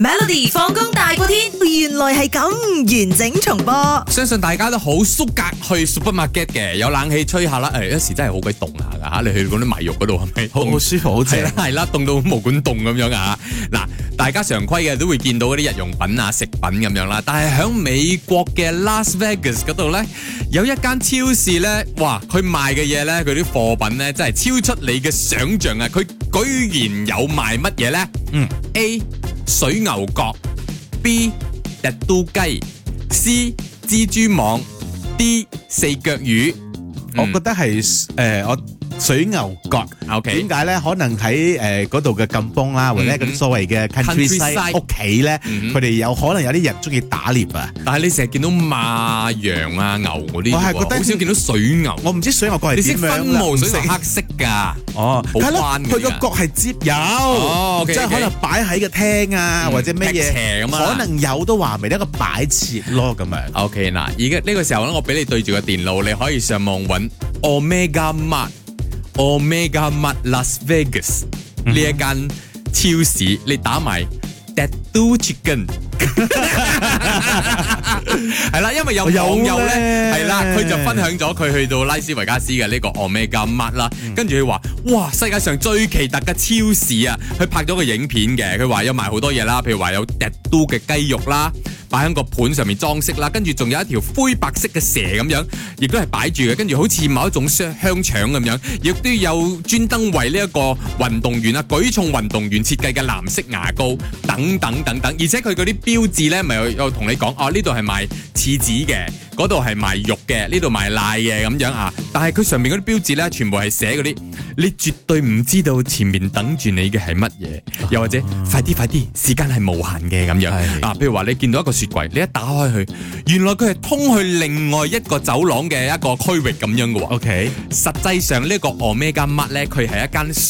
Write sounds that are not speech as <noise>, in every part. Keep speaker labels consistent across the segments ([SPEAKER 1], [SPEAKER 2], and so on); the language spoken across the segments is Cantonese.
[SPEAKER 1] Melody 放工大過天，原來係咁完整重播。
[SPEAKER 2] 相信大家都好縮格去 supermarket 嘅，有冷氣吹下啦。誒、有時真係好鬼凍下㗎嚇，你去嗰啲賣肉嗰度係咪？
[SPEAKER 3] 好好舒服，好
[SPEAKER 2] 係
[SPEAKER 3] 正 <laughs>
[SPEAKER 2] 啦。係啦，凍到毛管凍咁樣啊！嗱，大家常規嘅都會見到嗰啲日用品啊、食品咁樣啦，但係喺美國嘅 Las Vegas 嗰度呢，有一間超市呢，哇！佢賣嘅嘢呢，佢啲貨品呢，真係超出你嘅想像啊！佢居然有賣乜嘢呢？
[SPEAKER 3] 嗯
[SPEAKER 2] ，A 水牛角，B 日都雞，C 蜘蛛網，D 四腳魚。
[SPEAKER 3] 我覺得係誒我。水牛角
[SPEAKER 2] OK
[SPEAKER 3] 點解咧？可能喺誒嗰度嘅禁崩啦，或者
[SPEAKER 2] 嗯嗯
[SPEAKER 3] 嗰啲所謂嘅 countryside
[SPEAKER 2] countryside
[SPEAKER 3] 屋企咧，
[SPEAKER 2] 嗯
[SPEAKER 3] 佢哋有可能有啲人中意打獵啊！
[SPEAKER 2] 但係你成日見到馬、羊啊、牛嗰啲嘅
[SPEAKER 3] 我係
[SPEAKER 2] 喎，
[SPEAKER 3] 覺得
[SPEAKER 2] 好少見到水牛。
[SPEAKER 3] 我唔知水牛角
[SPEAKER 2] 你
[SPEAKER 3] 係
[SPEAKER 2] 識
[SPEAKER 3] 點樣啦
[SPEAKER 2] 分毛
[SPEAKER 3] 唔
[SPEAKER 2] 水
[SPEAKER 3] 識
[SPEAKER 2] 牛黑色㗎？
[SPEAKER 3] 哦，
[SPEAKER 2] 好
[SPEAKER 3] 係啦
[SPEAKER 2] 彎嘅
[SPEAKER 3] 佢個
[SPEAKER 2] 㗎
[SPEAKER 3] 角係接有，
[SPEAKER 2] 哦，OK，
[SPEAKER 3] 即係
[SPEAKER 2] OK
[SPEAKER 3] 可能擺喺個廳啊，
[SPEAKER 2] 嗯
[SPEAKER 3] 或者乜
[SPEAKER 2] 劈
[SPEAKER 3] 嘢，
[SPEAKER 2] 斜咁啊
[SPEAKER 3] 可能有都話未得一個擺設咯咁樣。
[SPEAKER 2] O K 嗱，而家呢個時候咧，我俾你對住個電腦，你可以上網揾 Omega Mart、Omega Mart Las Vegas 呢一間超市，你打埋 Tattoo Chicken。係啦，因為有
[SPEAKER 3] 有
[SPEAKER 2] 網友咧，
[SPEAKER 3] 咧
[SPEAKER 2] 係啦，佢就分享咗佢去到拉斯維加斯嘅呢個 Omega Mart 啦，跟住佢話：哇，世界上最奇特嘅超市啊！佢拍咗個影片嘅，佢話有賣好多嘢啦，譬如話有 d 都嘅雞肉啦，擺喺個盤上面裝飾啦，跟住仲有一條灰白色嘅蛇咁樣，亦都係擺住嘅，跟住好似某一種香香腸咁樣，亦都有專登為呢一個運動員啊、舉重運動員設計嘅藍色牙膏等等等等，而且佢嗰啲標誌咧，咪有有同你講哦，呢度係賣廁紙嘅，嗰度係賣肉嘅，呢度賣奶嘅咁樣啊。但係佢上面嗰啲標誌咧，全部係寫嗰啲，你絕對唔知道前面等住你嘅係乜嘢，又或者快啲快啲，時間係無限嘅咁樣
[SPEAKER 3] 係
[SPEAKER 2] 啊。譬如話你見到一個雪櫃，你一打開佢，原來佢係通去另外一個走廊嘅一個區域咁樣嘅喎。
[SPEAKER 3] O K，
[SPEAKER 2] 實際上呢個 Omega Mart 咧，佢係一間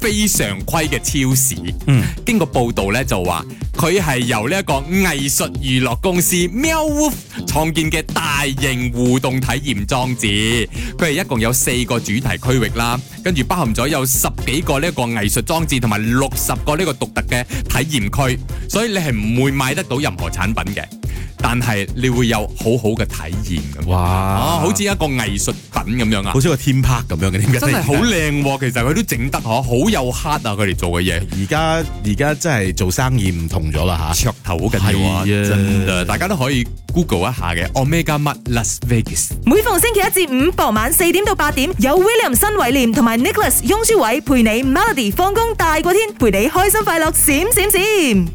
[SPEAKER 2] 非常規嘅超市。
[SPEAKER 3] 嗯，
[SPEAKER 2] 經過報道咧就話，佢係由呢一個藝術娛樂公司 Meow Wolf 創建嘅大型互動體驗裝置。佢係一共有四個主題區域啦，跟住包含咗有十幾個呢一個藝術裝置同埋六十個呢個獨特嘅體驗區，所以你係唔會買得到任何產品嘅。但係你會有好好嘅體驗咁，
[SPEAKER 3] 哇
[SPEAKER 2] 啊，好似一個藝術品咁樣啊
[SPEAKER 3] 好！似個天拍咁樣嘅，點解
[SPEAKER 2] 真係好靚喎，其實佢都整得嗬，好有黑啊！佢哋做嘅嘢，
[SPEAKER 3] 而家而家真係做生意唔同咗啦嚇。
[SPEAKER 2] 噱頭好緊要啊！
[SPEAKER 3] 係啊
[SPEAKER 2] 真嘅，大家都可以 Google 一下嘅 Omega Mart Las Vegas。
[SPEAKER 1] 每逢星期一至五傍晚四點到八點，有 William 新偉廉同埋 Nicholas 雍舒偉陪你 Melody 放工大過天，陪你開心快樂閃閃閃。